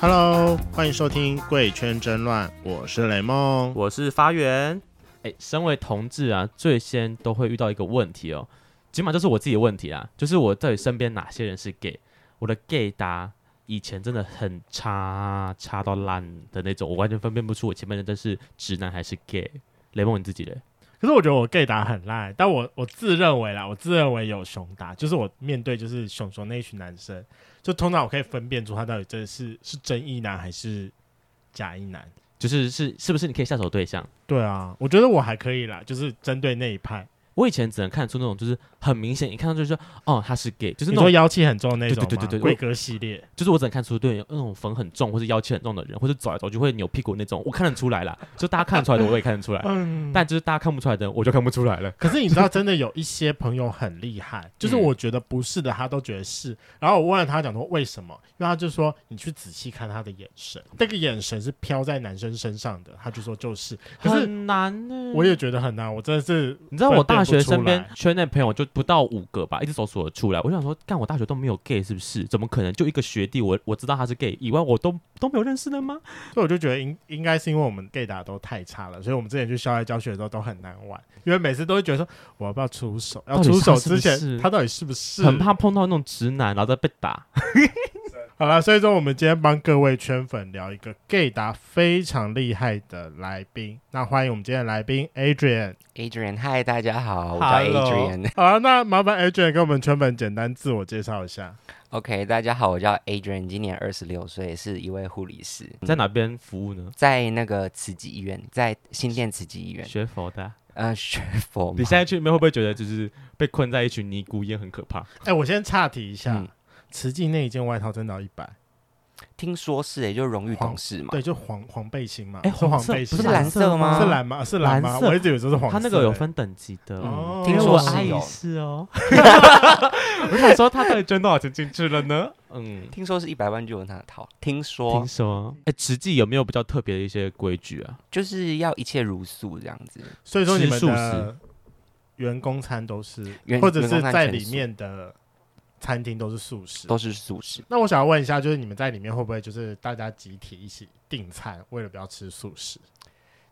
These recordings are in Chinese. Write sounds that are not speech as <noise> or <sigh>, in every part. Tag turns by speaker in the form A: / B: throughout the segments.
A: Hello，欢迎收听《贵圈争乱》，我是雷梦。
B: 我是发源。
C: 哎，身为同志啊，最先都会遇到一个问题哦，起码就是我自己的问题啦，就是我到底身边哪些人是 gay，我的 gay 答以前真的很差，差到烂的那种，我完全分辨不出我前面的真是直男还是 gay。雷蒙你自己嘞？
D: 可是我觉得我 gay 打很烂，但我我自认为啦，我自认为有熊打，就是我面对就是熊熊那一群男生，就通常我可以分辨出他到底真的是是真一男还是假一男。
C: 就是是是不是你可以下手对象？
D: 对啊，我觉得我还可以啦，就是针对那一派，
C: 我以前只能看出那种就是很明显，一看到就是说哦他是 gay，就是
D: 你
C: 那
D: 说
C: 种
D: 妖气很重的那种吗，
C: 对对对对对
D: 贵哥系列，
C: 就是我只能看出对那种粉很重或是妖气很重的人，或者走来走去会扭屁股那种，我看得出来啦，就大家看得出来的我也看得出来，
D: 嗯，
C: 但就是大家看不出来的我就看不出来了。
D: <laughs> 可是你知道，真的有一些朋友很厉
C: <laughs>
D: 害，就是
C: 嗯
D: 我觉得不是的，他都觉得是。然后我问了他，讲说为什么？因为他就说，你去仔细看他的眼神，那个眼神是飘在男生身上的。他就说就是，可是
C: 很嗯难欸呢。
D: 我也觉得很难，我真的是
C: 你知道我大学身
D: 分辨
C: 边
D: 不出来
C: 圈内朋友就不到五个吧，一只手数得出来。我就想说，干我大学都没有 gay 是不是？怎么可能？就一个学弟，我我知道他是 gay 以外，我都都没有认识的吗？
D: 所以我就觉得应应该是因为我们 gay 打都太差了，所以我们之前去校外教学的时候都很难玩，因为每次都会觉得说我要不要出手，要
C: 到底
D: 出手
C: 他是不
D: 之前
C: 是
D: 他到底是不是
C: 很怕碰到那种直男，然后再被打。
D: 好了，所以说我们今天帮各位圈粉聊一个 gay 达非常厉害的来宾，那欢迎我们今天的来宾 Adrian。
B: Adrian，嗨，大家好，我叫
D: Hello
B: Adrian。
D: 好了，那麻烦 Adrian 跟我们圈粉简单自我介绍一下。
B: OK，大家好，我叫 Adrian，今年二十六岁，是一位护理师，嗯
C: 在哪边服务呢？
B: 在那个慈济医院，在新店慈济医院，
C: 学佛的啊、
B: 呃，学佛嘛
C: 你现在去里面会不会觉得就是被困在一群尼姑烟很可怕？
D: 哎、我先岔题一下
B: 嗯，
D: 慈济那一件外套真的要一百，
B: 听说是诶，就是荣誉董事嘛，
D: 对，就黄黄背心嘛，
C: 哎
D: 是
C: 黄
D: 黄
C: 色
D: 背心，
B: 不是蓝色吗
D: 是蓝吗？啊是蓝吗？
C: 蓝色
D: 我一直以为这是黄色、
C: 他那个嗯有分等级的，
D: 哦
C: 因
B: 嗯听
C: 为
B: 说
C: 我
B: 是
C: 阿姨
B: 有，
C: 是哦。 <laughs> 我想说他到底捐多少钱进去了呢？嗯。
B: 听说是一百万就有那套，听说
C: 听说，哎、实际有没有比较特别的一些规矩啊？
B: 就是要一切如素这样子，
D: 哎，所以说你
C: 吃
D: 们
C: 素
D: 的员工餐都是
B: 员，
D: 或者
B: 员工
D: 是
B: 餐
D: 在
B: 全
D: 里
B: 素
D: 面的餐厅都是素食，
B: 都是素食。
D: 那我想要问一下，就是你们在里面会不会就是大家集体一起订餐，为了不要吃素食？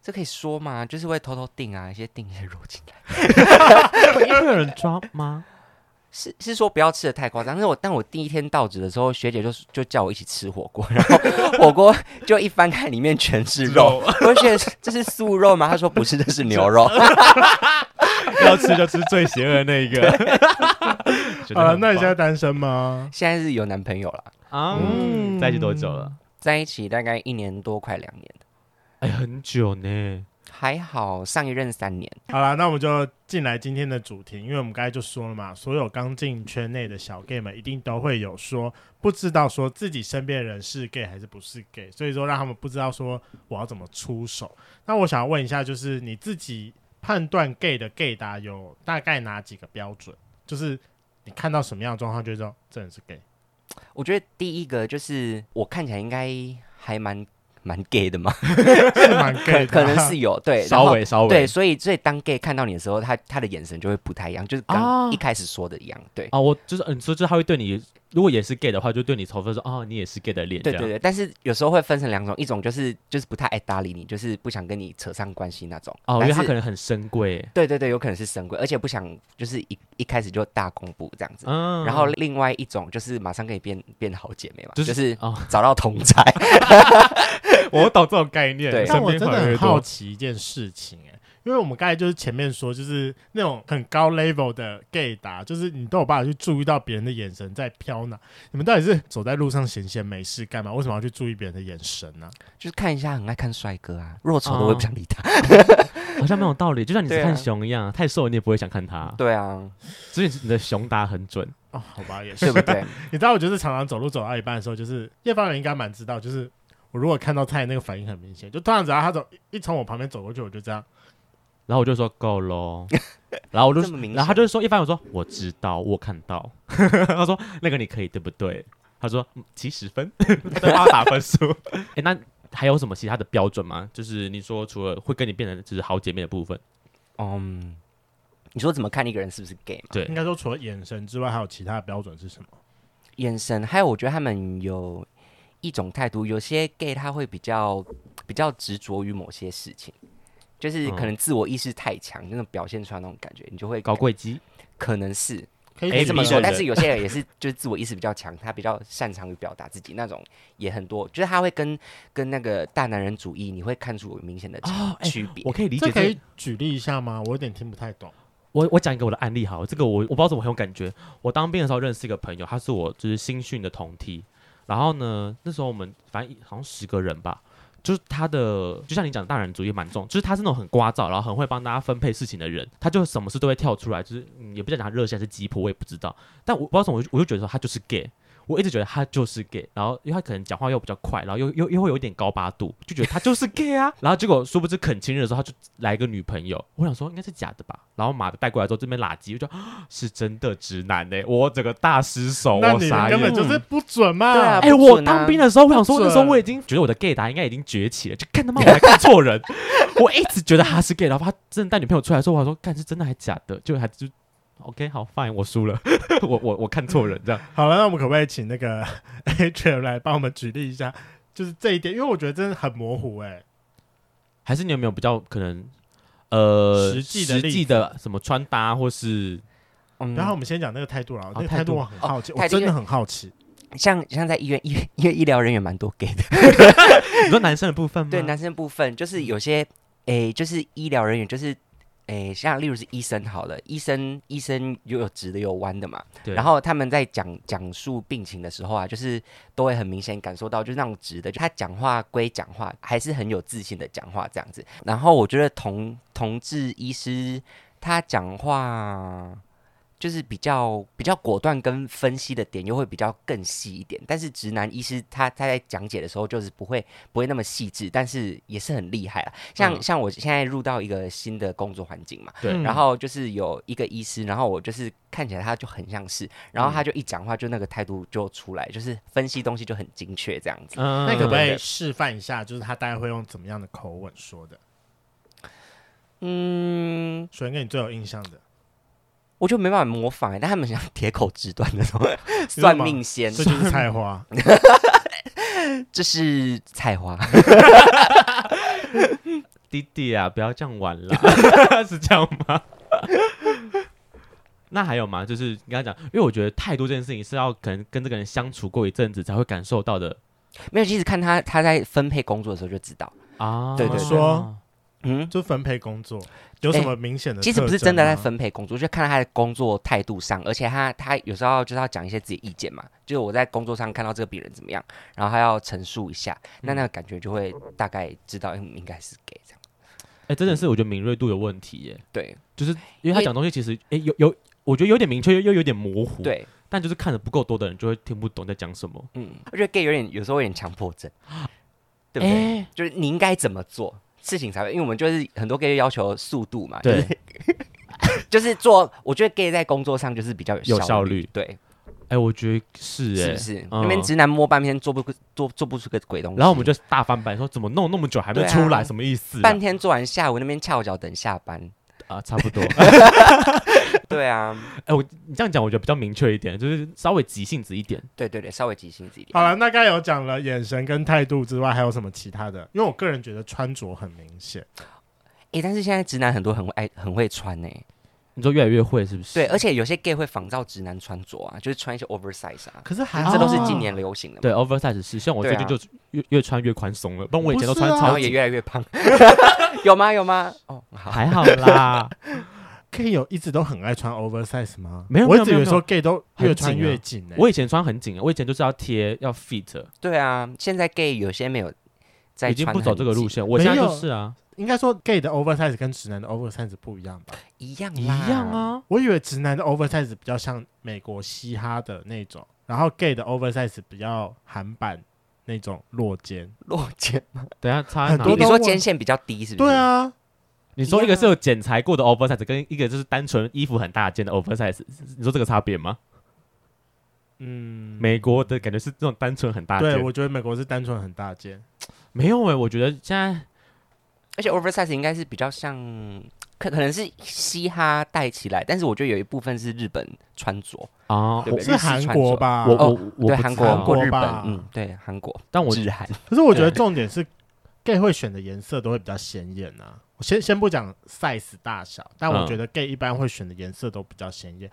B: 这可以说吗？就是会偷偷订啊，一些订一些肉进来。
C: <laughs> 会会有人抓吗？
B: 是是说不要吃的太夸张，但是我但我第一天到职的时候，学姐就就叫我一起吃火锅，然后
C: <laughs>
B: 火锅就一翻开，里面全是肉，我就觉得这是素肉吗？她说不是，这是牛
C: <laughs>
B: 肉。
C: <laughs> 要吃就吃最邪恶的那一个。
D: 好了，那你现在单身吗？
B: 现在是有男朋友了，
C: 啊，
D: 嗯
C: 在一起多久了？
B: 在一起大概一年多，快两年，
C: 哎、很久呢。
B: 还好上一任三年。
D: 好了，那我们就进来今天的主题，因为我们刚才就说了嘛，所有刚进圈内的小 gay 们一定都会有说不知道说自己身边的人是 gay 还是不是 gay，所以说让他们不知道说我要怎么出手。那我想问一下，就是你自己判断 gay 的 gay 答有大概哪几个标准？就是你看到什么样的状况就知道这人是 gay。
B: 我觉得第一个就是我看起来应该还蛮蛮 gay 的嘛，
D: 是蛮 gay 的
B: 可 <laughs> 可能是
C: <laughs>
B: 有对，然
C: 稍
B: 后
C: 微稍微。
B: 对，所以所以当 gay 看到你的时候，他他的眼神就会不太一样，就是
C: 啊
B: 刚一开始说的一样，对。
C: 啊，我就是嗯，所以就是他会对你，如果也是 gay 的话，就对你仇恨说，哦，你也是 gay 的脸。
B: 对
C: 这
B: 对
C: 样，
B: 对，但是有时候会分成两种，一种就是就是不太爱搭理你，就是不想跟你扯上关系那种。
C: 哦，因为他可
B: 能
C: 能很深贵。
B: 对对对，有可能是神鬼，而且不想就是一一开始就大公布这样子。
C: 嗯，
B: 然后另外一种就是马上跟你变变好姐妹嘛，
C: 就
B: 就是是、
C: 哦，
B: 找到同宅。
C: 我 <laughs> 懂这种概念
B: 对
D: 但我真的很好奇一件事情、欸，因为我们刚才就是前面说，就是那种很高 level 的 gay 达，就是你都有办法去注意到别人的眼神在飘哪。你们到底是走在路上闲闲没事干嘛？为什么要去注意别人的眼神呢、
B: 就是看一下很爱看帅哥啊，如果丑的
C: 哦
B: 我也不想理他。 <laughs>
C: 好像蛮有道理。就像你是
B: 对啊
C: 看熊一样，太瘦了你也不会想看他。
B: 对啊，
C: 所以你的熊打很准。
D: 哦，好吧，也是
B: 对。不
C: <laughs>
B: 对？
D: <laughs> 你知道，我就是常常走路走到一半的时候，就是叶方人应该蛮知道，就是我如果看到菜那个反应很明显，就突然只要他走一从我旁边走过去，我就这样。
C: 然后我就说够 <laughs> 喽，然后我就
B: 这么明显
C: 然后他就说一般我说我知道，我看到， <laughs> 他说那个你可以对不对？他说嗯七十分， <laughs> 他在帮我打分数。 <laughs> 哎、那还有什么其他的标准吗？就是你说除了会跟你变成就是好姐妹的部分，
B: 嗯，你说怎么看一个人是不是 gay 嘛？
C: 对
D: 应，该说，除了眼神之外，还有其他的标准是什么？
B: 眼神，还有我觉得他们有一种态度，有些 gay 他会比较比较执着于某些事情，就是可
C: 嗯
B: 能自我意识太强，那种表现出来那种感觉，你就会
C: 搞
B: 感
C: 贵哎机，
B: 可能是
A: 可
B: 可以
A: 以
B: 这么说，
D: 哎
C: 人
B: 但是有些人也是 <laughs> 就是自我意识比较强，他比较擅长于表达自己那种也很多，就是他会跟跟那个大男人主义，你会看出有明显的
C: 哦哎
B: 区别。
C: 我可以理解
D: 这
C: 这
D: 可
C: 个
D: 以举例一下吗？我有点听不太懂。
C: 我我讲一个我的案例好了，这个我我不知道怎么很有感觉。我当兵的时候认识一个朋友，他是我就是新训的同梯，然后呢，那时候我们反正好像十个人吧，就是他的就像你讲的大男人主义蛮重，就是他是那种很聒噪，然后很会帮大家分配事情的人，他就什么事都会跳出来，就是、嗯也不知道讲他热线还是鸡婆，我也不知道。但我不知道怎么，我就我就觉得说他就是 gay。我一直觉得他就是 gay，然后因为他可能讲话又比较快，然后又 <laughs> 又又会有一点高八度，就觉得他就是 gay 啊。然后结果殊不知恳亲日的时候，他就来一个女朋友，我想说应该是假的吧。然后马的带过来之后，这边垃圾，我就啊是真的直男呢、我整个大失手，
D: 那
C: 哦我
D: 你
C: 傻眼
D: 根。本就是不准
B: 对
D: 嘛
B: 啊！
C: 哎、
B: 不
C: 我
B: 准啊
C: 当兵的时候，我想说
D: 不准
C: 那时候我已经觉得我的 gay 达应该已经崛起了，就看他妈我还看错人，我一直觉得他是 gay，然后他真的带女朋友出来的时候，我想说看是真的还假的，就还就 OK 好 fine，我输了， <laughs> 我我我看错人这样。
D: 好了，那我们可不可以请那个 <laughs> H M 来帮我们举例一下，就是这一点，因为我觉得真的很模糊哎、
C: 还是你有没有比较可能呃
D: 实际的例子
C: 实际的什么穿搭或是
B: 嗯，
D: 然后我们先讲那个态度啦，那个态
C: 态度
D: 度我很好奇，
B: 哦
D: 我
B: 态度
D: 真的很好奇。
B: 像像在医院，医院医院医疗人员蛮多 gay 的，
C: 你说男生的部分吗？嗯
B: 对男生部分就是有些诶、就是医疗人员就是诶、像例如是医生好了，医生医生又有直的有弯的嘛，
C: 对，
B: 然后他们在讲讲述病情的时候啊，就是都会很明显感受到，就是那种直的，就他讲话归讲话，还是很有自信的讲话这样子。然后我觉得同同志医师他讲话就是比较比较果断，跟分析的点又会比较更细一点。但是直男医师他他在讲解的时候就是不会不会那么细致，但是也是很厉害啦。像、
C: 嗯
B: 像我现在入到一个新的工作环境嘛。
C: 对
B: 然后就是有一个医师，然后我就是看起来他就很像是，然后他就一讲话就那个态度就出来，就是分析东西就很精确这样子。
C: 嗯
D: 那可不可
B: 对
D: 以
B: 对
D: 示范一下，就是他大概会用怎么样的口吻说的？
B: 嗯，
D: 首先跟你最有印象的，
B: 我就没办法模仿、欸，但他们像铁口直断那 <laughs> 种
D: 知道
B: 算
D: 吗
B: 命仙，
D: 这就是菜花。
B: 这是菜花。
C: 弟弟啊，不要这样玩
B: <laughs>
C: 啦，是这样吗？ <laughs> 那还有吗？就是你刚才讲，因为我觉得态度这件事情是要可能跟这个人相处过一阵子才会感受到的
B: 没有，其实看他他在分配工作的时候就知道，
C: 啊。
B: 对对对
D: 说
B: 嗯。
D: 就分配工作有什么明显的、
B: 哎其实不是真的
C: 啊
B: 在，分配工作，就看到他的工作态度上，而且他他有时候就是要讲一些自己意见嘛，就是我在工作上看到这个病人怎么样，然后他要陈述一下，那
C: 嗯
B: 那个感觉就会大概知道，嗯，应该是给这样。
C: 哎、真的是我觉得敏锐度有问题耶，
B: 对
C: 就是因为他讲东西其实哎、有有，我觉得有点明确又又有点模糊，，
B: 对，
C: 但就是看的不够多的人就会听不懂在讲什么。
B: 嗯，我觉得 gay 有点有时候有点强迫症，对不对？
C: 哎
B: 就是你应该怎么做事情才会，因为我们就是很多 gay 要求速度嘛，
C: 对，
B: 就是就是做，我觉得 gay 在工作上就是比较有
C: 有
B: 效
C: 效率
B: 对，
C: 哎、我觉得是哎、
B: 是不是？
C: 嗯
B: 那边直男摸半天做不做做不出个鬼东西，
C: 然后我们就大翻白，说怎么弄那么久还没
B: 对啊
C: 出来，什么意思啊
B: 半？天做完，下午那边翘脚等下
C: <laughs>
B: 班。
C: 啊，差不多。
B: 对啊，
C: 哎，我你这样讲，我觉得比较明确一点，就是稍微急性子一点。
B: 对对对，稍微急性子一点。
D: 好了，那刚才有讲了眼神跟态度之外，还有什么其他的？因为我个人觉得穿着很明显，
B: 诶，但是现在直男很多很会爱很会穿呢、
C: 你说越来越会是不是？
B: 对，而且有些 gay 会仿照直男穿着啊，就是穿一些 oversize 啊，
D: 可是还
B: 可是
D: 好
B: 这都是近年流行的嘛。
C: 哦对 oversize 是，像我
B: 对
C: 最
B: 啊
C: 近就是越越穿越宽松了，不然我以前都
D: 不是
C: 穿
D: 啊
B: 然
C: 超
B: 后也
C: 级，
B: 越来越胖， <laughs> 有吗？有吗？哦，好，
C: 还好
B: <laughs>
C: 啦。
D: gay 有一直都很爱穿 oversize 吗？
C: 没有
D: 我一直
C: 没
D: 以
C: 有
D: 为
C: 没有
D: 说 gay 都越穿
C: 很紧啊
D: 越紧、欸。
C: 我以前穿很紧，我以前就是要贴要 fit，
B: 对啊，现在 gay 有些没有在
C: 已经
B: 穿
C: 不走
B: 很
C: 这个路
B: 紧
C: 线，我现在
D: 没
C: 就
D: 有
C: 是啊，
D: 应该说 gay 的 oversize 跟直男的 oversize 不一样吧？
B: 一样
C: 一
B: 啦
C: 样。啊。
D: 我以为直男的 oversize 比较像美国嘻哈的那种，然后 gay 的 oversize 比较韩版那种落肩。
B: 落肩，
C: 等一下差在
D: 很
C: 哪
D: 多
B: 你
C: 里
B: 你
D: 都？
B: 说
D: 问
B: 肩线比较低是不是？
D: 对，啊，
C: 你说一
B: 一
C: 个
B: 样啊
C: 是有剪裁过的 oversize，跟一个就是单纯衣服很大件的 oversize，你说这个差别吗？
D: 嗯，
C: 美国的感觉是这种单纯很大件
D: 对，，我觉得美国是单纯很大件。
C: 没有哎，我觉得现在
B: 而且 oversize 应该是比较像可可能是嘻哈带起来，但是我觉得有一部分是日本穿着，
C: 啊，
B: 对
C: 我
B: 不对
D: 是韩国？吧？
C: 我
B: 哦
C: 我我
B: 对
C: 不
B: 韩
C: 知
B: 国
C: 道
B: 过日本
D: 吧，
B: 嗯，对韩国，
C: 但我
B: 日韩，
D: 可是我觉得重点是 gay 会选的颜色都会比较鲜艳啊。我先先不讲 size 大小，但我
C: 嗯
D: 觉得 gay 一般会选的颜色都比较鲜艳。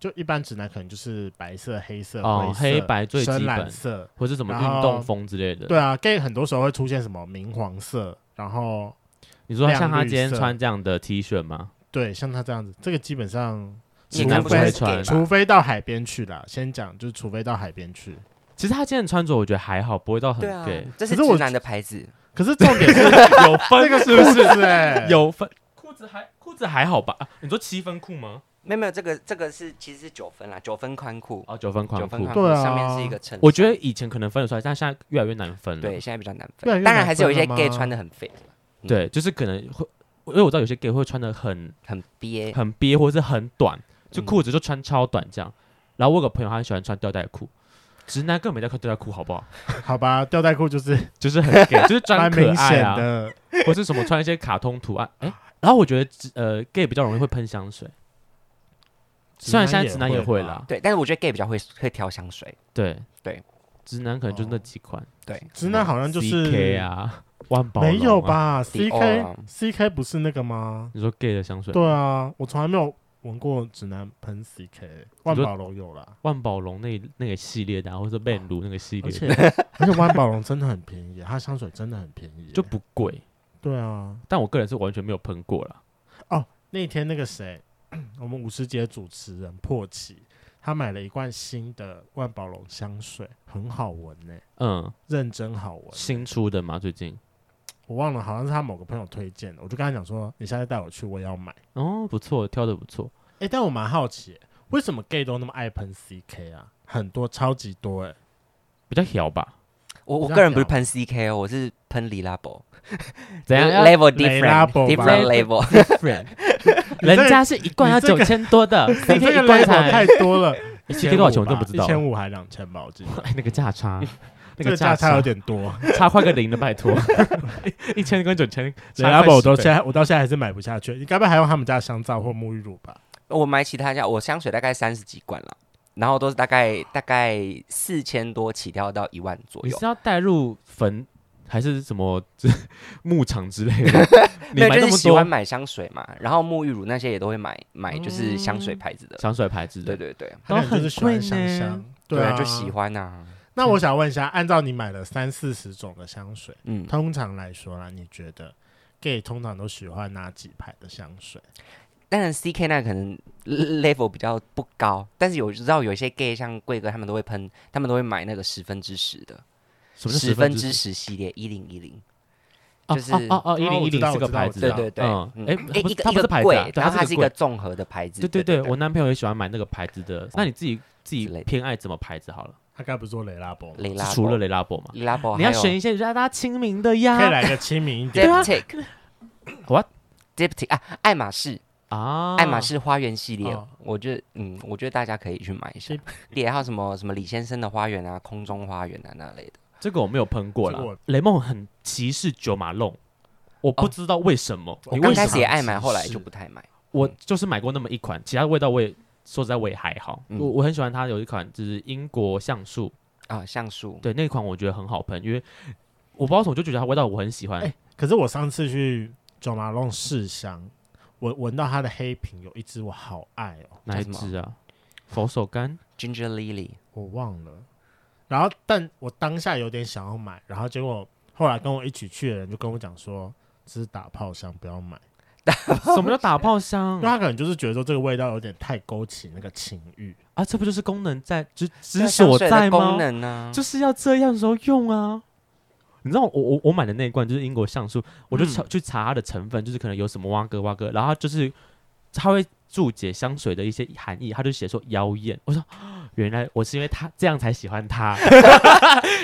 D: 就一般直男可能就是白色、黑色、
C: 哦
D: 灰，色、
C: 黑白最基
D: 深蓝
C: 本，
D: 色。
C: 或是什么
D: 然后
C: 运动风之类的。
D: 对，啊，gay 很多时候会出现什么明黄色，然后
C: 你说像他
D: 亮绿
C: 今天
D: 色
C: 穿这样的 T 恤吗？
D: 对像他这样子，这个基本上
B: 你
D: 除
B: 看不出
D: 非
B: 来是 gay
C: 对
D: 除
B: 吧？
D: 非到海边去啦。先讲就是除非到海边去。
C: 其实他今天的穿着我觉得还好，不会到很
B: 对啊
D: <laughs>
C: gay。，
B: 这是
D: 可是我
B: 直男的牌子，
D: 可是重点
C: <laughs>
D: 是
C: 有分
D: 这个
C: 是不是？
D: 是哎，
C: <laughs> 有分，裤子还裤子还好吧？啊你说七分裤吗？
B: 没有没有，这个这个是其实是九分啦，九分宽裤，
C: 哦，九分
B: 九
C: 宽
B: 分
C: 裤
B: 宽。
D: 裤
B: 裤
D: 对啊
B: 上面是一个衬衫，
C: 我觉得以前可能分得出来，但现在越来越难分了。
B: 对，现在比较难
D: 越来
B: 分，
D: 越
B: 当然还是有一
D: 难
B: 些
D: 分了
B: gay
D: 吗
B: 穿的很肥，嗯
C: 对，就是可能会，因为我知道有些 gay 会穿的很
B: 很憋，
C: 很憋，或是很短，就
B: 嗯
C: 裤子就穿超短这样。然后我有个朋友，他很喜欢穿吊带裤，直男根本没在穿吊带裤，好不好？
D: 好吧，吊带裤就是
C: 就是
D: <laughs>
C: 很 gay，就是装
D: 蛮
C: 可
D: 明
C: 爱
D: 显
C: 啊，
D: 的。 <laughs>
C: 或是什么穿一些卡通图案。哎、然后我觉得直呃 gay 比较容易会喷香水，虽然现在直男也会
D: 吧
C: 啦，
B: 对，但是我觉得 gay 比较会会挑香水，
C: 对
B: 对，
C: 直男可能就那几款，
B: 对，嗯
D: 直男好像哦就是 <laughs>
C: CK 啊，万宝、
D: 没有？吧？CK
B: Dior 啊
D: CK 不是那个吗？
C: 你说 gay 的香水，
D: 对啊，我从来没有闻过直男喷 CK，万宝龙有啦，
C: 万宝龙那那个系列的、啊，或者曼如那个系
D: 而
C: 列
D: 且
C: 的，
D: <laughs> 而且万宝龙真的很便宜，它香水真的很便宜，
C: 就不贵。
D: 对啊。
C: 但我个人是完全没有喷过啦。
D: 那天那个谁， <clears throat> 我们五十节主持人破奇，他买了一罐新的万宝龙香水，很好闻呢、
C: 嗯，
D: 认真好闻。
C: 新出的嘛，最近
D: 我忘了，好像是他某个朋友推荐的，我就跟他讲说，你下次带我去，我也要买。
C: 哦，不错，挑的不错。
D: 哎、但我蛮好奇，为什么 gay 都那么爱喷 CK 啊？很多，超级多哎、
C: 比较小吧？
B: 我我
D: 比较
B: 个人不是
D: 小
B: 喷 CK 哦，我是喷 l i l a b o
C: 怎样？要
B: level
D: 雷拉
B: different
D: 伯吧
B: different level，
C: different，人
D: 这
C: 家是一罐要
D: 你这
C: 九
D: 个
C: 千多的
D: <laughs> 你这
C: ，CK
D: 个
C: 一
D: l
C: 罐
D: e
C: 才
D: 太多了，
C: 一 CK 多少钱我真不知
D: 一
C: 道，
D: 千五还两千吧，我记得。
C: 哎， <laughs> 那个价差，那
D: <laughs> 这个价差
C: 差
D: 有点多，
C: 差快个零的，
D: <laughs>
C: 拜托，一千跟九千，
D: 雷拉伯我都现在我到现在还是买不下去。你该不会还用他们家的香皂或沐浴乳吧？
B: 我买其他家，我香水大概三十几罐了，然后都是大概大概四千多起跳到一万左
C: 你
B: 右
C: 是，要带入坟还是什么牧场之类
B: <laughs>
C: 的？你
B: 没有
C: 买
B: 就
C: 那
B: 是
C: 么
B: 喜欢
C: 多
B: 买香水嘛，然后沐浴乳那些也都会买买，就是香水牌子的，
C: 香水牌子
B: 对
C: 的，
B: 对对，
D: 他可
C: 都
D: 能
C: 很
D: 就是喜欢
C: 贵
D: 香
C: 呢
D: 香，
B: 对
D: 啊，
B: 啊，就喜。欢呐，
D: 那我想问一下，按照你买了三四十种的香水，
B: 嗯，
D: 通常来说啦，你觉得 gay 通常都喜欢哪几牌的香水？
B: 当然 CK 那可能 level 比较不高，但是有知道有一些 gay 像贵哥他们都会喷，他们都会买那个十分之十的，
C: 什么叫
B: 十
C: 分
B: 分之
C: 十？
B: 十系列一零一零，
C: 哦
B: 就是
C: 哦哦哦，一零
D: 我
C: 一
D: 知
C: 零
D: 道
C: 是
D: 我
C: 个
D: 知道
C: 牌
D: 我
C: 子
D: 知
C: 的，
B: 对对对，
C: 嗯，哎，不
B: 一
C: 是
B: 一个
C: 它不
B: 一
C: 是
B: 个
C: 牌子啊
B: 贵，，
C: 对
B: 然后它
C: 是
B: 是一
C: 个
B: 个
C: 贵，
B: 综合的牌子，
C: 对对
B: 对哦
C: 对，我男朋友也喜欢买那个牌子的。那你自己自己
B: 之类的
C: 偏爱怎么牌子好了？
D: 他该不是做雷拉伯吗？
B: 雷拉
C: 除了
B: 雷
C: 雷拉伯嘛，
B: 拉伯，
C: 你要
B: 还有
C: 选一些让大家亲民的呀。
D: 可以来个亲民一点。
B: Diptic
C: 啊 What？
B: Diptic 啊，爱马仕，
C: 啊，
B: 爱马仕花园系列
D: 哦，
B: 我觉得，嗯，我觉得大家可以去买一下，也还有什么什么李先生的花园啊，空中花园啊那类的，
C: 这个我没有喷过
D: 这个我
C: 啦。雷梦很歧视九马龙，我不
B: 哦
C: 知道为什么。
B: 我
D: 你
B: 刚
D: 为
B: 开
D: 什
B: 始也
D: 么
B: 爱
D: 歧
B: 买，后来
D: 视
B: 就不太买。
C: 我就是买过那么一款，其他味道我也说实在我也还好。
B: 嗯
C: 我我很喜欢它有一款就是英国橡树，
B: 啊，橡树，
C: 对那款我觉得很好喷，因为我不知道怎么就觉得它味道我很喜欢。
D: 哎可是我上次去九马龙试香，我闻到它的黑瓶有一支我好爱哦，
C: 哪一
B: 叫什
C: 支啊？佛手柑
B: Ginger Lily，
D: 我忘了。然后，但我当下有点想要买，然后结果后来跟我一起去的人就跟我讲说，这是打炮香，不要买，
C: 什么叫打
D: <laughs>
C: 炮香
D: 因为他可能就是觉得说这个味道有点太勾起那个情欲。
C: 啊？这不就是功能在之
B: 对
C: 之
B: 啊香
C: 所
B: 水
C: 在
B: 的功
C: 吗？
B: 能啊呢？
C: 就是要这样的时候用啊。你知道我我我买的那一罐就是英国橡树，我就查、去查它的成分，就是可能有什么蛙哥蛙哥，然后它就是它会注解香水的一些含义，它就写说妖艳。我说 <gasps> 啊原来我是因为它这样才喜欢它， <laughs>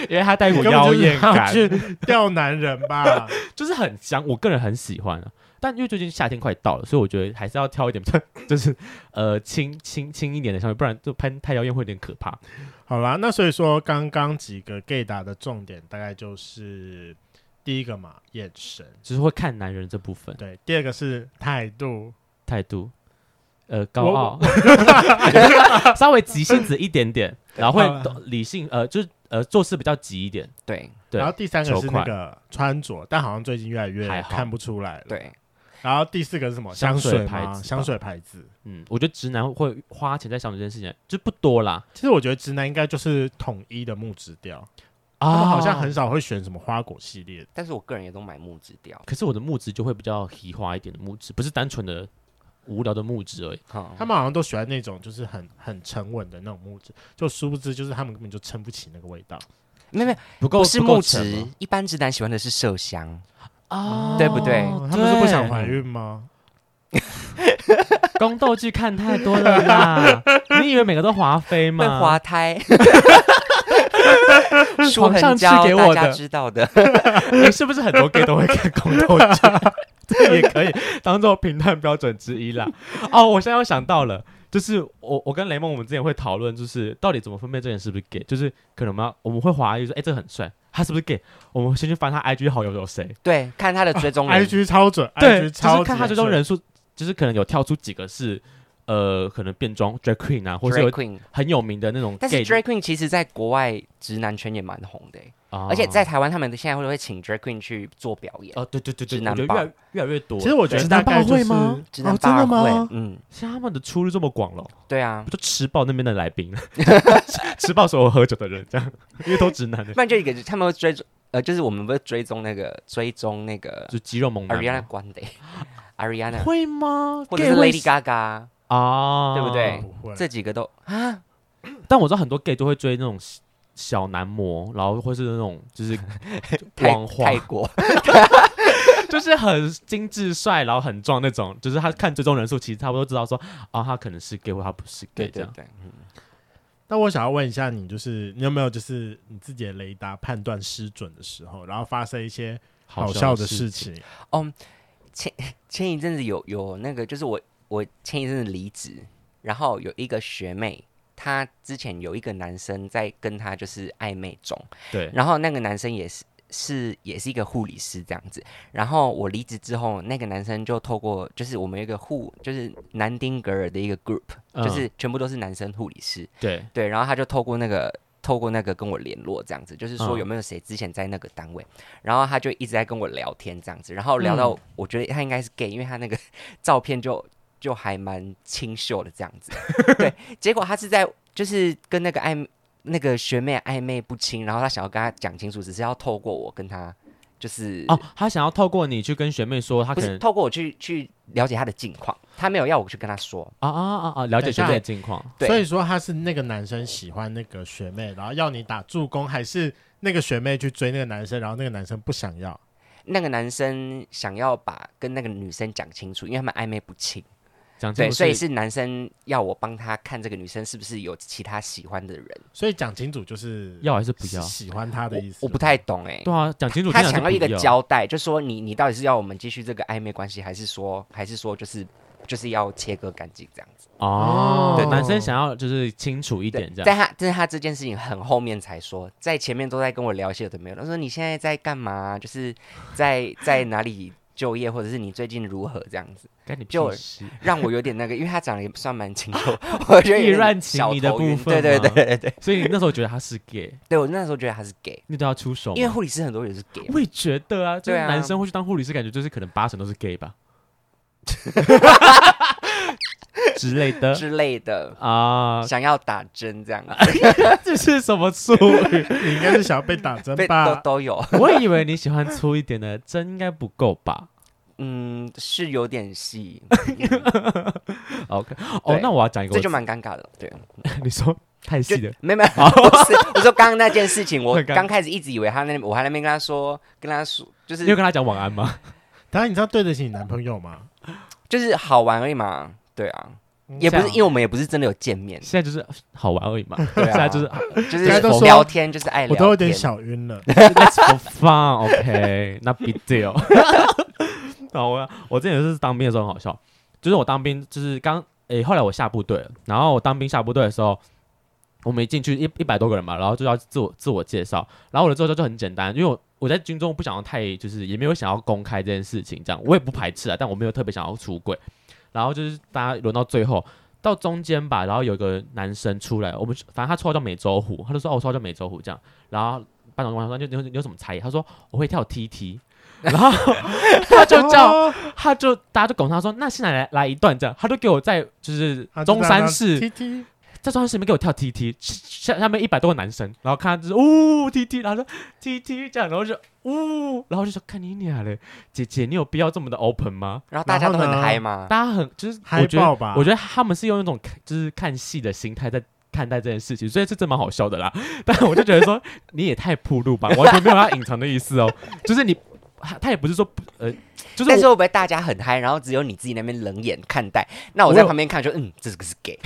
C: 因为它带一股
D: 根本
C: 妖
D: 就是
C: 艳
D: 要 <laughs>
C: 感，
D: 去钓男人吧？ <laughs>
C: 就是很香，我个人很喜欢啊。但因为最近夏天快到了，所以我觉得还是要挑一点， <laughs> 就是呃轻轻轻一点的香水，不然就喷太妖艳会有点可怕。
D: 好啦，那所以说刚刚几个 gay 打的重点大概就是第一个嘛，眼神；
C: 就是会看男人这部分
D: 对，第二个是态度，
C: 态度，呃，高
D: 我
C: 傲， <laughs> 稍微急性子一
D: <laughs>
C: 点点，然后
D: 好啊
C: 会
D: 了
C: 懂理性，呃，就是呃做事比较急一点。
B: 对
C: 对
D: 然后第三个
C: 求
D: 是
C: 快
D: 那个穿着，但好像最近越来越
C: 还好
D: 看不出来了。，
B: 对，
D: 然后第四个是什么？
C: 香
D: 香
C: 水
D: 水
C: 牌
D: 吗
C: 子吧
D: 香水牌子。
C: 嗯，我觉得直男会花钱在想这件事情，就不多啦。
D: 其实我觉得直男应该就是统一的木质调，他
C: 啊
D: 们好像很，少会选什么花果系列的。
B: 但是我个人也都买木质调，
C: 可是我的木质就会比较皮花一点的木质，不是单纯的无聊的木质而已。
B: 哈
D: 他们好像都喜欢那种就是很很沉稳的那种木质，就殊不知就是他们根本就撑不起那个味道。
B: 没有没有，
C: 不够
B: 不是
C: 够
B: 木
C: 沉
B: 质
C: 吗，
B: 一般直男喜欢的是麝香，
C: 啊，
B: 对不对
D: 哦他们是不想
C: 对
D: 怀孕吗？
C: 宫斗剧看太多了
D: <laughs>
C: 啦！你以为每个都华妃
B: 会
C: 吗？<laughs>
B: 滑胎。舒
C: 皇上
B: 痕
C: 赐
B: 胶
C: 给
B: 大
C: 我
B: 家
C: 的
B: 知道的，
C: 你是不是很多 gay 都会看宫斗剧？ <laughs> 这也可以当做评判标准之一啦。哦，我现在又想到了，就是我我跟雷蒙我们之前会讨论，就是到底怎么分辨这个人是不是 gay，就是可能我们要我们会怀疑说，哎、这个很帅，他是不是 gay？我们先去翻他 IG 好友有谁，
B: 对，看他的
C: 啊
B: 追踪人
D: IG 超准
C: 对，
D: ，IG
C: 就
D: 超
C: 是看他追踪人数，就是可能有跳出几个是呃，可能变装 drag queen 啊，或是
B: Drag
C: 有
B: Queen，
C: 很有名的那种 gay，
B: 但是 Drag Queen 其实在国外直男圈也蛮红的欸，
C: 啊
B: 而且在台湾他们现在会会请 Drag Queen 去做表演，
C: 哦，对对对对，
B: 直
C: 我
B: 男
C: 觉得
B: 吧
C: 越来越来越多。
D: 其实我觉得
C: 直
D: 大
C: 男
D: 概
C: 吧
D: 就
C: 会
D: 是
C: 吗？
B: 直男
D: 哦真
B: 吧
D: 的
B: 会
D: 吗，
B: 嗯，
C: 像他们的出入这么广了，
B: 对啊
C: 不，就吃爆那边的来宾了， <laughs> 吃爆所有喝酒的人，这样，因为都直男的，
B: 不然就一个他们会追踪，呃，就是我们不是追踪那个追踪那个
C: 就肌肉猛男
B: Ariana
C: 嘛。
B: Grande，Ariana
C: 会吗？
B: 啊或者是
C: gay 会
B: Lady Gaga
C: 啊，
B: 对不对
D: 哦不会，
B: 这几个都啊，
C: 但我知道很多 gay 都会追那种小小男模，然后或是那种就是
B: <laughs> 泰
C: 网花
B: 泰，国
C: <laughs> 就是很精致帅，然后很壮那种，就是他看追踪人数，其实差不多知道说，啊，他可能是 gay 或他不是 gay 这样。
B: 对，嗯
D: 那我想要问一下你，就是你有没有就是你自己的雷达判断失准的时候，然后发生一些好笑的事
C: 情，
D: 情？
B: 哦，前前一阵子有有那个，就是我我前一阵子离职，然后有一个学妹，她之前有一个男生在跟她就是暧昧中，
C: 对，
B: 然后那个男生也是。是，也是一个护理师这样子。然后我离职之后，那个男生就透过，就是我们有一个护，就是南丁格尔的一个 group，、就
C: 嗯
B: 是全部都是男生护理师。
C: 对，
B: 对，然后他就透过那个透过那个跟我联络，这样子，就是说
C: 嗯
B: 有没有谁之前在那个单位，然后他就一直在跟我聊天这样子，然后聊到我觉得他应该是 gay，因为他那个 <laughs> 照片就就还蛮清秀的这样子，对，结果他是在就是跟那个暧那个学妹暧昧不清，然后他想要跟他讲清楚，只是要透过我跟他就是
C: 哦，他想要透过你去跟学妹说，他
B: 呃不
C: 可
B: 是
C: 能
B: 透过我去去了解他的近况，他没有要我去跟他说，
C: 啊啊啊啊，了解
D: 等一
C: 学
D: 下
C: 妹的近况。
B: 对
D: 所以说他是那个男生喜欢那个学妹，然后要你打助攻，还是那个学妹去追那个男生，然后那个男生不想要？
B: 那个男生想要把跟那个女生讲清楚，因为他们暧昧不清，
C: 讲清
B: 对，
C: 楚
B: 所以是男生要我帮他看这个女生是不是有其他喜欢的人，
D: 所以讲清楚就是
C: 要还是不
D: 是
C: 要？
D: 喜欢他的
B: 我
D: 意思
B: 我不太懂哎、
C: 对啊，讲清楚。
B: 他
C: 听起来
B: 想要一
C: 是不
B: 个
C: 要，
B: 交代，就说你你到底是要我们继续这个暧昧关系，还是说还是说就是就是要切割干净这样子？
C: 哦，
D: 对
C: 男生想要就是清楚一
B: 对
C: 点，这样。
B: 在他但是他这件事情很后面才说，在前面都在跟我聊一些有的没有的，他说你现在在干嘛？就是在在哪里就业，或者是你最近如何这样子？
C: 干你屁
B: 就 <laughs>
C: 事！
B: 让我有点那个，因为他长得也算蛮清秀， <laughs> 我觉得有
C: 意
B: 点
C: 乱情
B: 小
C: 迷的
B: 头晕
C: 部分
B: 对对
C: 吗
B: 对对对，
C: 所以你那时候觉得他是 gay，
B: 对我那时候觉得他是 gay，
C: 你对他出手吗
B: 因为护理师很多也是 gay，嘛
C: 我也觉得啊，就是
B: 对啊
C: 男生会去当护理师，感觉就是可能八成都是 gay
B: <laughs>
C: 吧之类的
B: 之类的，
C: 啊。
B: 想要打针这样啊子，
C: 这是什么术语？
D: <laughs> 你应该是想要被打针
B: <laughs> 被都
D: 吧？
B: 都有，
C: <laughs> 我以为你喜欢粗一点的，针应该不够吧
B: 嗯，是有点细，
C: ？OK，哦
B: 对，
C: 那我要讲一个
B: 这
C: 我，
B: 就蛮尴尬的，对，
C: <laughs> 你说太
B: 就
C: 细的，
B: 没有没有， <laughs> 不是，我说刚刚那件事情，我
C: 很尴尬
B: 刚开始一直以为他那我还在那边跟他说，跟他说就
C: 你有
B: 是
C: 跟他讲晚安吗？
D: 当然你知道对得起你男朋友吗？
B: 就是好玩而已嘛，对啊，也不
C: 这
B: 是
C: 样
B: 因为我们也不是真的有见面，
C: 现在就是好玩而已嘛，
B: 对啊
C: 现在就是啊
B: 就是
D: 现在都说
B: 聊天就是爱聊
D: 我
B: 天，
D: 都有点小晕了。
C: that's for fun，OK，那 big deal。好，我我之前也是当兵的时候很好笑，就是我当兵就是刚诶、后来我下部队了，然后我当兵下部队的时候。我们一进去一一百多个人嘛，然后就要自我自我介绍，然后我的自我介绍就很简单，因为我我在军中不想要太，就是也没有想要公开这件事情，这样我也不排斥啊，但我没有特别想要出轨。然后就是大家轮到最后，到中间吧，然后有个男生出来，我们反正他绰号叫美洲虎，他就说哦，我绰哦号叫美洲虎这样。然后班长问他说，你有你有什么才艺？他说我会跳 TT。然后他就叫，他就大家就拱他说，那现在来来一段这样，他就给我在就是
D: 啊就
C: 中
D: 这样
C: 山
D: 啊
C: 市
D: T T
C: 在中央市里面给我跳 TT，下下面一百多个男生，然后看他就是呜 TT，然后说 TT 这样，然后就呜，然后就说看你俩嘞，姐姐你有必要这么的 open 吗？
B: 然后大家都
D: 然后
B: 很
D: 呢
B: 嗨嘛，
C: 大家很就是
D: 嗨
C: 我觉
D: 爆
C: 得
D: 吧，
C: 我觉得他们是用一种看就是看戏的心态在。看待这件事情，所以这真蛮好笑的啦。 <laughs> 但我就觉得说，你也太铺路吧，完全没有要隐藏的意思哦。 <laughs> 就是你，他他也不是说不呃，就是
B: 但是
C: 我
B: 会不会大家很嗨，然后只有你自己那边冷眼看待？那我
C: 我
B: 在
C: 有
B: 旁边看就嗯，这个是
C: <laughs>
B: gay，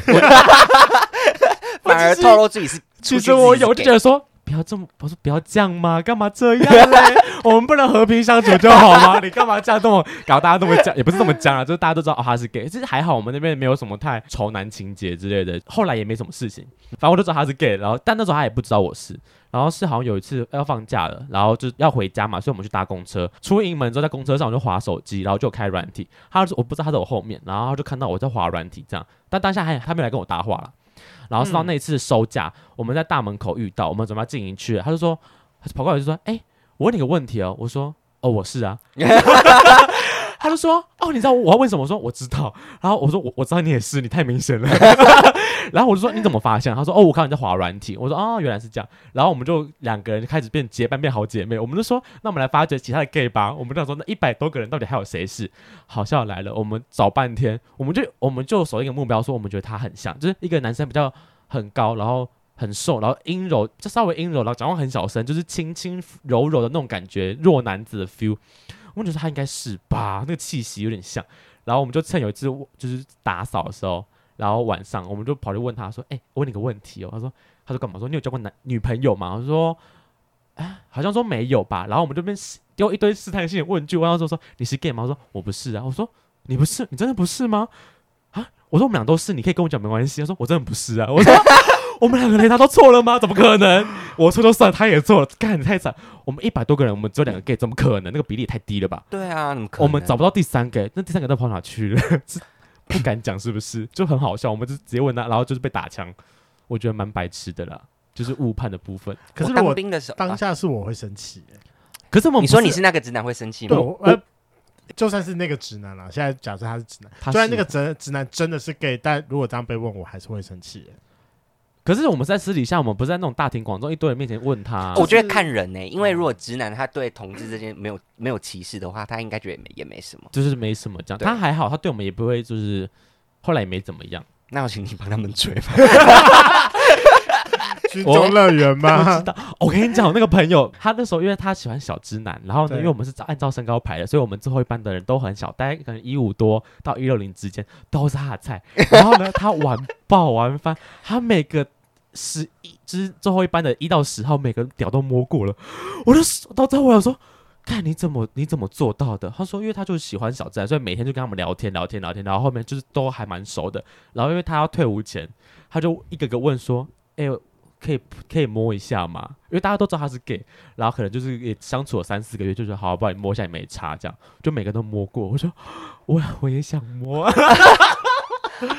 B: 反 <laughs> 而
C: 其实
B: 透露自己是。
C: 其实我有，
B: 有
C: 我就觉得说，不要这么，我说不要这样嘛，干嘛这样 <laughs> 嘞？我们不能和平相处就好 <laughs> 吗？你干嘛这样这么搞？大家这么僵，也不是这么僵啊，就是大家都知道哦，他是 gay。其实还好，我们那边没有什么太仇男情节之类的，后来也没什么事情。反正我就知道他是 gay，然后但那时候他也不知道我是。然后是好像有一次呃要放假了，然后就要回家嘛，所以我们去搭公车。出营门之后，在公车上我就划手机，然后就有开软体。他就我不知道他在我后面，然后他就看到我在划软体这样，但当下还他没有来跟我搭话了。然后是到那一次收假，我们在大门口遇到，我们准备要进营区了，他就说，他就跑过来就说，哎、我问你个问题哦，我说，哦，我是啊，他就说，哦，你知道我要问什么？我说我知道，然后我说我我知道你也是，你太明显了， <laughs> 然后我就说你怎么发现？他说哦，我看到你在滑软体，我说哦，原来是这样，然后我们就两个人就开始变结伴变好姐妹，我们就说那我们来发掘其他的 gay 吧，我们就想说那一百多个人到底还有谁是？好笑来了，我们找半天，我们就我们就锁定一个目标说我们觉得他很像，就是一个男生比较很高，然后。很瘦，然后阴柔，就稍微阴柔，然后讲话很小声，就是轻轻柔柔的那种感觉，弱男子的 feel。我觉得他应该是吧，那个气息有点像。然后我们就趁有一次就是打扫的时候，然后晚上我们就跑去问他说：“哎、我问你个问题哦。”他说：“他说干嘛？”我说：“你有交过男女朋友吗？”我说：“啊，好像说没有吧。”然后我们这边丢一堆试探性的问句，问他说：“说你是 gay 吗？”我说：“我不是啊。”我说：“你不是？你真的不是吗？”啊，我说我们俩都是，你可以跟我讲没关系。他说：“我真的不是啊。”我说：“我们两个雷达都错了吗？怎么可能？我错就算，他也错了，干你太惨！我们一百多个人，我们只有两个 gay，怎么可能？那个比例也太低了吧？
B: 对啊，怎么可能？
C: 我们找不到第三个，那第三个都跑哪去了？是不敢讲是不是？就很好笑，我们就直接问他，然后就是被打枪，我觉得蛮白痴的啦，就是误判的部分。
D: 可是
B: 我
D: 如
B: 当
D: 果
B: 兵的时候，
D: 当
B: 啊
D: 下是我会生气耶，
C: 可是我们
B: 你
C: 不
B: 说你是那个直男会生气
D: 对，
B: 吗？
D: 我呃，就算是那个直男啦，现在假设他是直男，
C: 他
D: 虽然那
C: 是
D: 个直直男真的是 gay，但如果这样被问，我还是会生气
C: <laughs>
D: 耶。
C: 可是我们在私底下，我们不是在那种大庭广众一堆人面前问他。
B: 我觉得看人呢、欸因
C: 嗯
B: 为如果直男他对同志之间没有没有歧视的话，他应该觉得也没也没什么。
C: 就是没什么这样，
B: 对
C: 他还好，他对我们也不会就是，后来也没怎么样。
B: 那我请你帮他们追
C: <laughs>
B: 吧。
D: 军中乐园
C: 我
D: 吗
C: 知？道，我跟你讲，我那个朋友，他那时候因为他喜欢小直男，然后呢，
D: 对
C: 因为我们是照按照身高排的，所以我们最后一班的人都很小，大概可能一五多到一六零之间，都是他的菜。 <laughs> 然后呢，他玩爆玩翻，他每个十一就是最后一班的一到十号，每个屌都摸过了。我就说到最后，我想说。看你怎么你怎么做到的？他说，因为他就喜欢小自然，所以每天就跟他们聊天聊天聊天，然后后面就是都还蛮熟的。然后因为他要退伍前，他就一个个问说：“哎、可以可以摸一下吗？”因为大家都知道他是 gay，然后可能就是也相处了三四个月，就说：“好，不然你摸一下也没差。”这样就每个人都摸过。我说：“ <gasps> 我我也想摸。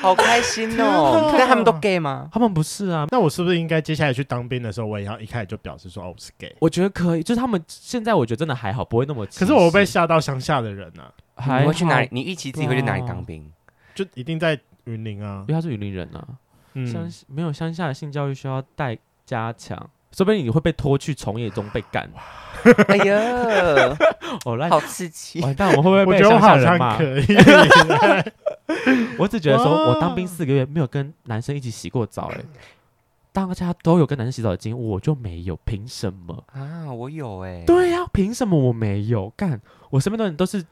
B: 好开心
D: 天
B: <laughs> 哦！
D: 哪
B: 但他们都 gay ”吗？
C: 他们不是啊，
D: <laughs> 那我是不是应该接下来去当兵的时候，我也要一开始就表示说哦我是 gay？
C: 我觉得可以，就是他们现在我觉得真的还好，不会那么。
D: 可是我会被吓到乡下的人啊，
C: 还
B: 你会去哪里
C: 好？？
B: 你预期自己会去哪里当兵？
D: 就一定在云林啊
C: 因为。他是云林人啊。乡
D: 嗯，
C: 没有乡下的性教育需要带加强，说不定你会被拖去从业中被干。
B: 哎呀，
C: 哦，那
B: 哎好刺激！
C: 完蛋，我们会不
D: 我
C: 会
D: 觉
C: 被
D: 得我
C: 乡下
D: 好
C: 人
D: 像
C: 骂？
D: 可以。 <laughs>
C: 我只觉得说，
D: 哇
C: 我当兵四个月没有跟男生一起洗过澡、欸，哎，大家都有跟男生洗澡的经验，我就没有，凭什么？
B: 啊，我有哎、
C: 对呀、凭什么我没有？干，我身边的人都是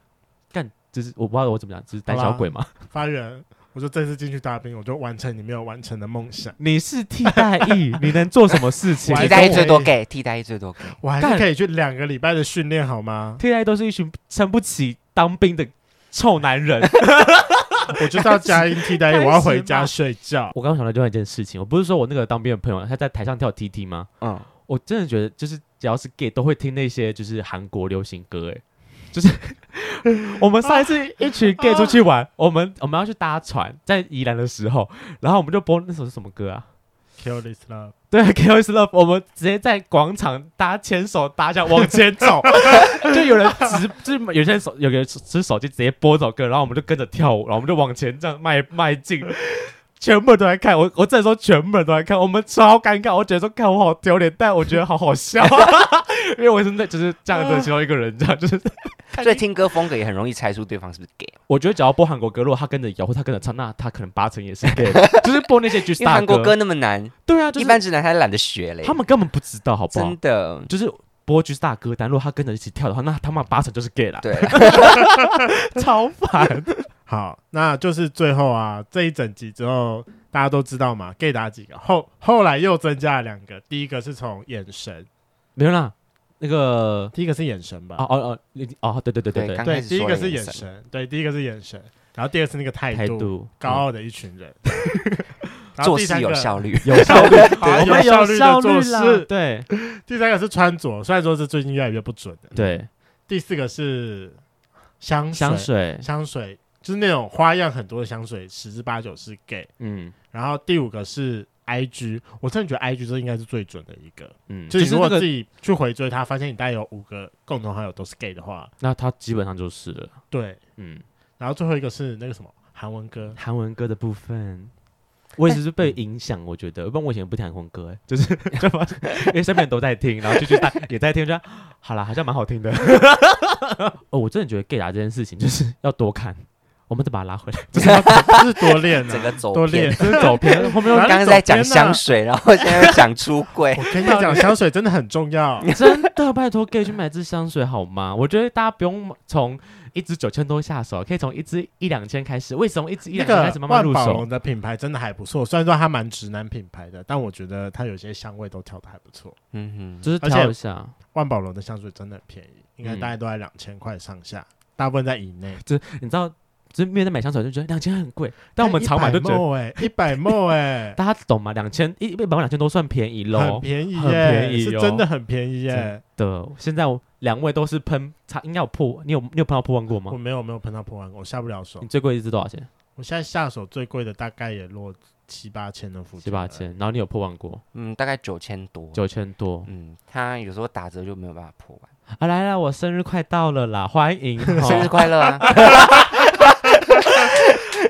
C: 干，就是我不知道我怎么讲，就是胆
D: 好
C: 小
D: 吧
C: 鬼嘛。
D: 发源，我就正式进去当兵，我就完成你没有完成的梦想。
C: 你是替代役，你能做什么事 <laughs> 情？
D: 我还
B: 替代
D: 跟
B: 役最多
D: 我
B: gay，替代役最多 gay。
D: 我还是
C: 干
D: 可以去两个礼拜的训练，好吗？
C: 替代役都是一群撑不起当兵的臭男人。
D: 我就是要加音替代役，
C: 开始
D: 我要回
C: 嘛
D: 家睡觉。
C: <laughs> 我刚刚想到另外一件事情，我不是说我那个当兵的朋友他在台上跳 TT 吗？
B: 嗯，
C: 我真的觉得就是只要是 gay 都会听那些就是韩国流行歌，哎，就是 <laughs> 我们上一次一群 gay 出去玩，我们我们要去搭船，在宜兰的时候，然后我们就播那首是什么歌啊？
D: Kill this love，
C: 对，Kill <laughs> is love，我们直接在广场大家牵手搭下往前 <laughs> 走，就有人直就是有些人手有个人持手机直接播这首歌，然后我们就跟着跳舞，然后我们就往前这样迈迈进，全部人都在看我，我只能说全部人都在看，我们超尴尬，我觉得说看我好丢脸，但我觉得好好笑， <laughs> 因为我是那就是这样的其中一个人，这样就是
B: 所以听歌风格也很容易猜出对方是不是 gay，
C: 我觉得只要播韩国歌，如果他跟着摇或他跟着唱，那他可能八成也是 <laughs> gay，就是播那些 G
B: 因为
C: star
B: 韩国歌那么难，
C: 对啊，就
B: 一
C: 是
B: 般直男还懒得学嘞
C: 他。们根本不知道好不好
B: <laughs> 真？的，
C: 就是播剧大歌单，如果他跟着一起跳的话，那他妈八成就是 gay 啦，
B: 对啦，
C: <laughs>
D: <laughs>
C: 超烦。
D: 好，那就是最后啊，这一整集之后，大家都知道嘛，gay 打几个，后后来又增加了两个，第一个是从眼神，
C: 没有啦，那个
D: 第一个是眼神吧，
C: 哦哦哦你哦，对对对对
B: 对
C: 对，
B: 刚
D: 对，
B: 开始
D: 第一
B: 说
D: 个
B: 了
D: 是
B: 眼
D: 眼神，对，第一个是眼神，然后第二个是那个态
C: 态
D: 度，
C: 度。
D: 高傲的一群人， <laughs> 然后
B: 做
D: 第三
B: 事
D: 个
B: 有效率
C: <laughs> 有效
D: <laughs>
C: 率，
D: 对
C: 我们
D: 有效
C: 有效
D: 率地做
C: 率
D: 事
C: 啦，对
D: 第三个是穿着，虽然说是最近越来越不准的。
C: 对，
D: 第四个是香水，
C: 香水，
D: 香水就是那种花样很多的香水，十之八九是 gay。
C: 嗯
D: 然后第五个是 IG，我真的觉得 IG 这应该是最准的一个。
C: 嗯，
D: 就
C: 就是是
D: 如
C: 那
D: 果自
C: 个，
D: 己去回追他，发现你大概有五个共同好友都是 gay 的话，
C: 那他基本上就是了，
D: 对。
C: 嗯，
D: 然后最后一个是那个什么韩文
C: <laughs>
D: 歌，
C: 韩文歌的部分。我也是被影响，我觉得，不然我以前不听韩文歌、欸，就是 <laughs> 就发现，因为身边人都在听，然后就去大也在听，就觉得好啦，好像蛮好听的。 <laughs> 哦，我真的觉得 gay 打这件事情就是要多看，我们再把它拉回来。
D: 就是要就是多练
B: 整
D: 啊，
B: 个走
D: 多
B: 偏
D: 练。，
C: 就是走偏，后面又
D: 哪
B: 刚
D: 里
B: 刚在讲
D: 走偏啊
B: 香水，然后现在又讲出轨，
D: <laughs> 我跟你讲，香水真的很重要。
C: <laughs> 真的拜托 gay 去买支香水好吗？我觉得大家不用从一支九千多下手，可以从一支一两千开始。为什么一支一
D: 那
C: 两千开
D: 个
C: 始慢慢
D: 万
C: 入
D: 宝
C: 手
D: 龙？的品牌真的还不错，虽然说它蛮直男品牌的，但我觉得它有些香味都调的还不错。
B: 嗯哼，
C: 就是
D: 而且
C: 挑一下，
D: 万宝龙的香水真的很便宜，应该大概都在两千块上下，大部分在以内。
C: 你知道，就是没有在买香水就觉得两千很贵，但我们常买就觉得，
D: 得
C: <laughs>
D: 哎，一百墨哎，
C: 大家懂吗？两千一一百万两千多算便宜
D: 很
C: 喽
D: 便宜耶，
C: 很便宜
D: 是
C: 哦
D: 真的很便宜耶
C: 真。的。现在我两位都是喷，差应该有破，你有你有碰到破万过吗
D: 我？没有没有碰到破万过，我下不了手
C: 你。最贵一支多少钱？
D: 我现在下手最贵的大概也落七八千的附近，
C: 七八。千，然后你有破万过
B: 嗯，大概九千多，
C: 九千多
B: 嗯，他有时候打折就没有办法破完。
C: 啊！来来，我生日快到了啦，欢
E: <laughs>
C: 迎
B: 生日
C: 哦，
B: 快乐啊！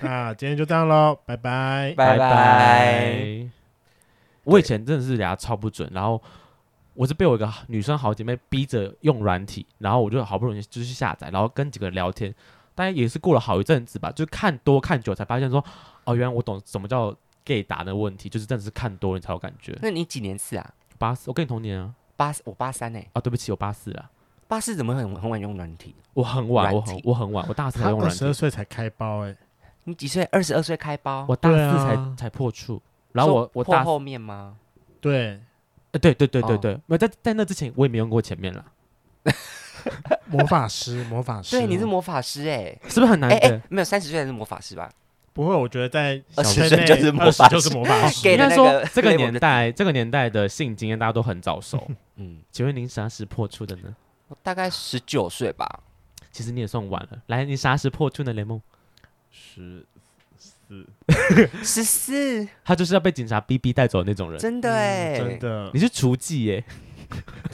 D: 那今天就这样喽，拜拜。
B: 拜拜。。
C: 我以前真的是俩超不准，然后我是被我一个女生好姐妹逼着用软体，然后我就好不容易就是下载，然后跟几个人聊天，大概也是过了好一阵子吧，就看多看久才发现说，哦，原来我懂什么叫 gay 打的问题，就是真的是看多了你才有感觉。
B: 那你几年次啊？
C: 八四，我跟你同年啊，
B: 八四我八三哎，
C: 啊，对不起，我八四啊，
B: 八四怎么很很晚用软体？
C: 我很晚，
B: 软
C: 我很
B: 体
C: 我很晚，我大四才
D: 他
C: 用
D: 二
C: 软
D: 十二
C: 体，
D: 岁才开包哎、
B: 你几岁？二十二岁开包，
C: 我大
D: 对啊
C: 四才、才破处，然后我
B: 说
C: 我
B: 破
C: 大
B: 后面吗？
D: 对，
C: 呃对对对对
B: 哦
C: 对，没有在在那之前我也没用过前面啦，
D: 魔法师，魔法师。
B: 对，你是魔法师哎，
C: 是不是很难
B: 哎
C: 的？
B: 哎，没有三十岁还是魔法师
C: <laughs>
B: 吧？
D: 不会？我觉得在小
B: 20
D: 圈
B: 岁
D: 内
B: 就是魔法
D: 20就是
B: 师
D: 魔法师。
B: 给
C: 应该
B: 的那
C: 说
B: 个 <laughs>
C: 这个
B: label
C: 年
B: 的
C: 代，这个年代的性经验大家都很早
B: <laughs>
C: 熟。
B: 嗯，
C: 请问您啥时破处的呢？
B: 我大概十九岁吧，
C: 其实你也算晚了。来，你啥时破处呢？雷梦，
D: 十四，
B: 十四，
C: 他就是要被警察逼逼带走的那种人。
B: 真的
D: 嗯
B: 哎，
D: 真
B: <laughs>
D: 的
C: 你。是雏妓耶，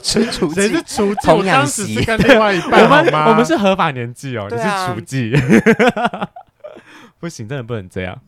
B: 吃厨
D: 谁是
B: 技，
D: 厨妓？
B: 童
D: 我
B: 养
D: 当时
B: 媳
D: 是跟另外一
B: <laughs>
D: 半
C: 我
D: 好
C: 们
D: 吗？
C: 我们是合法年纪哦，你
B: 对
C: <laughs>
B: 啊
C: 是雏妓。不行，真的不能这样。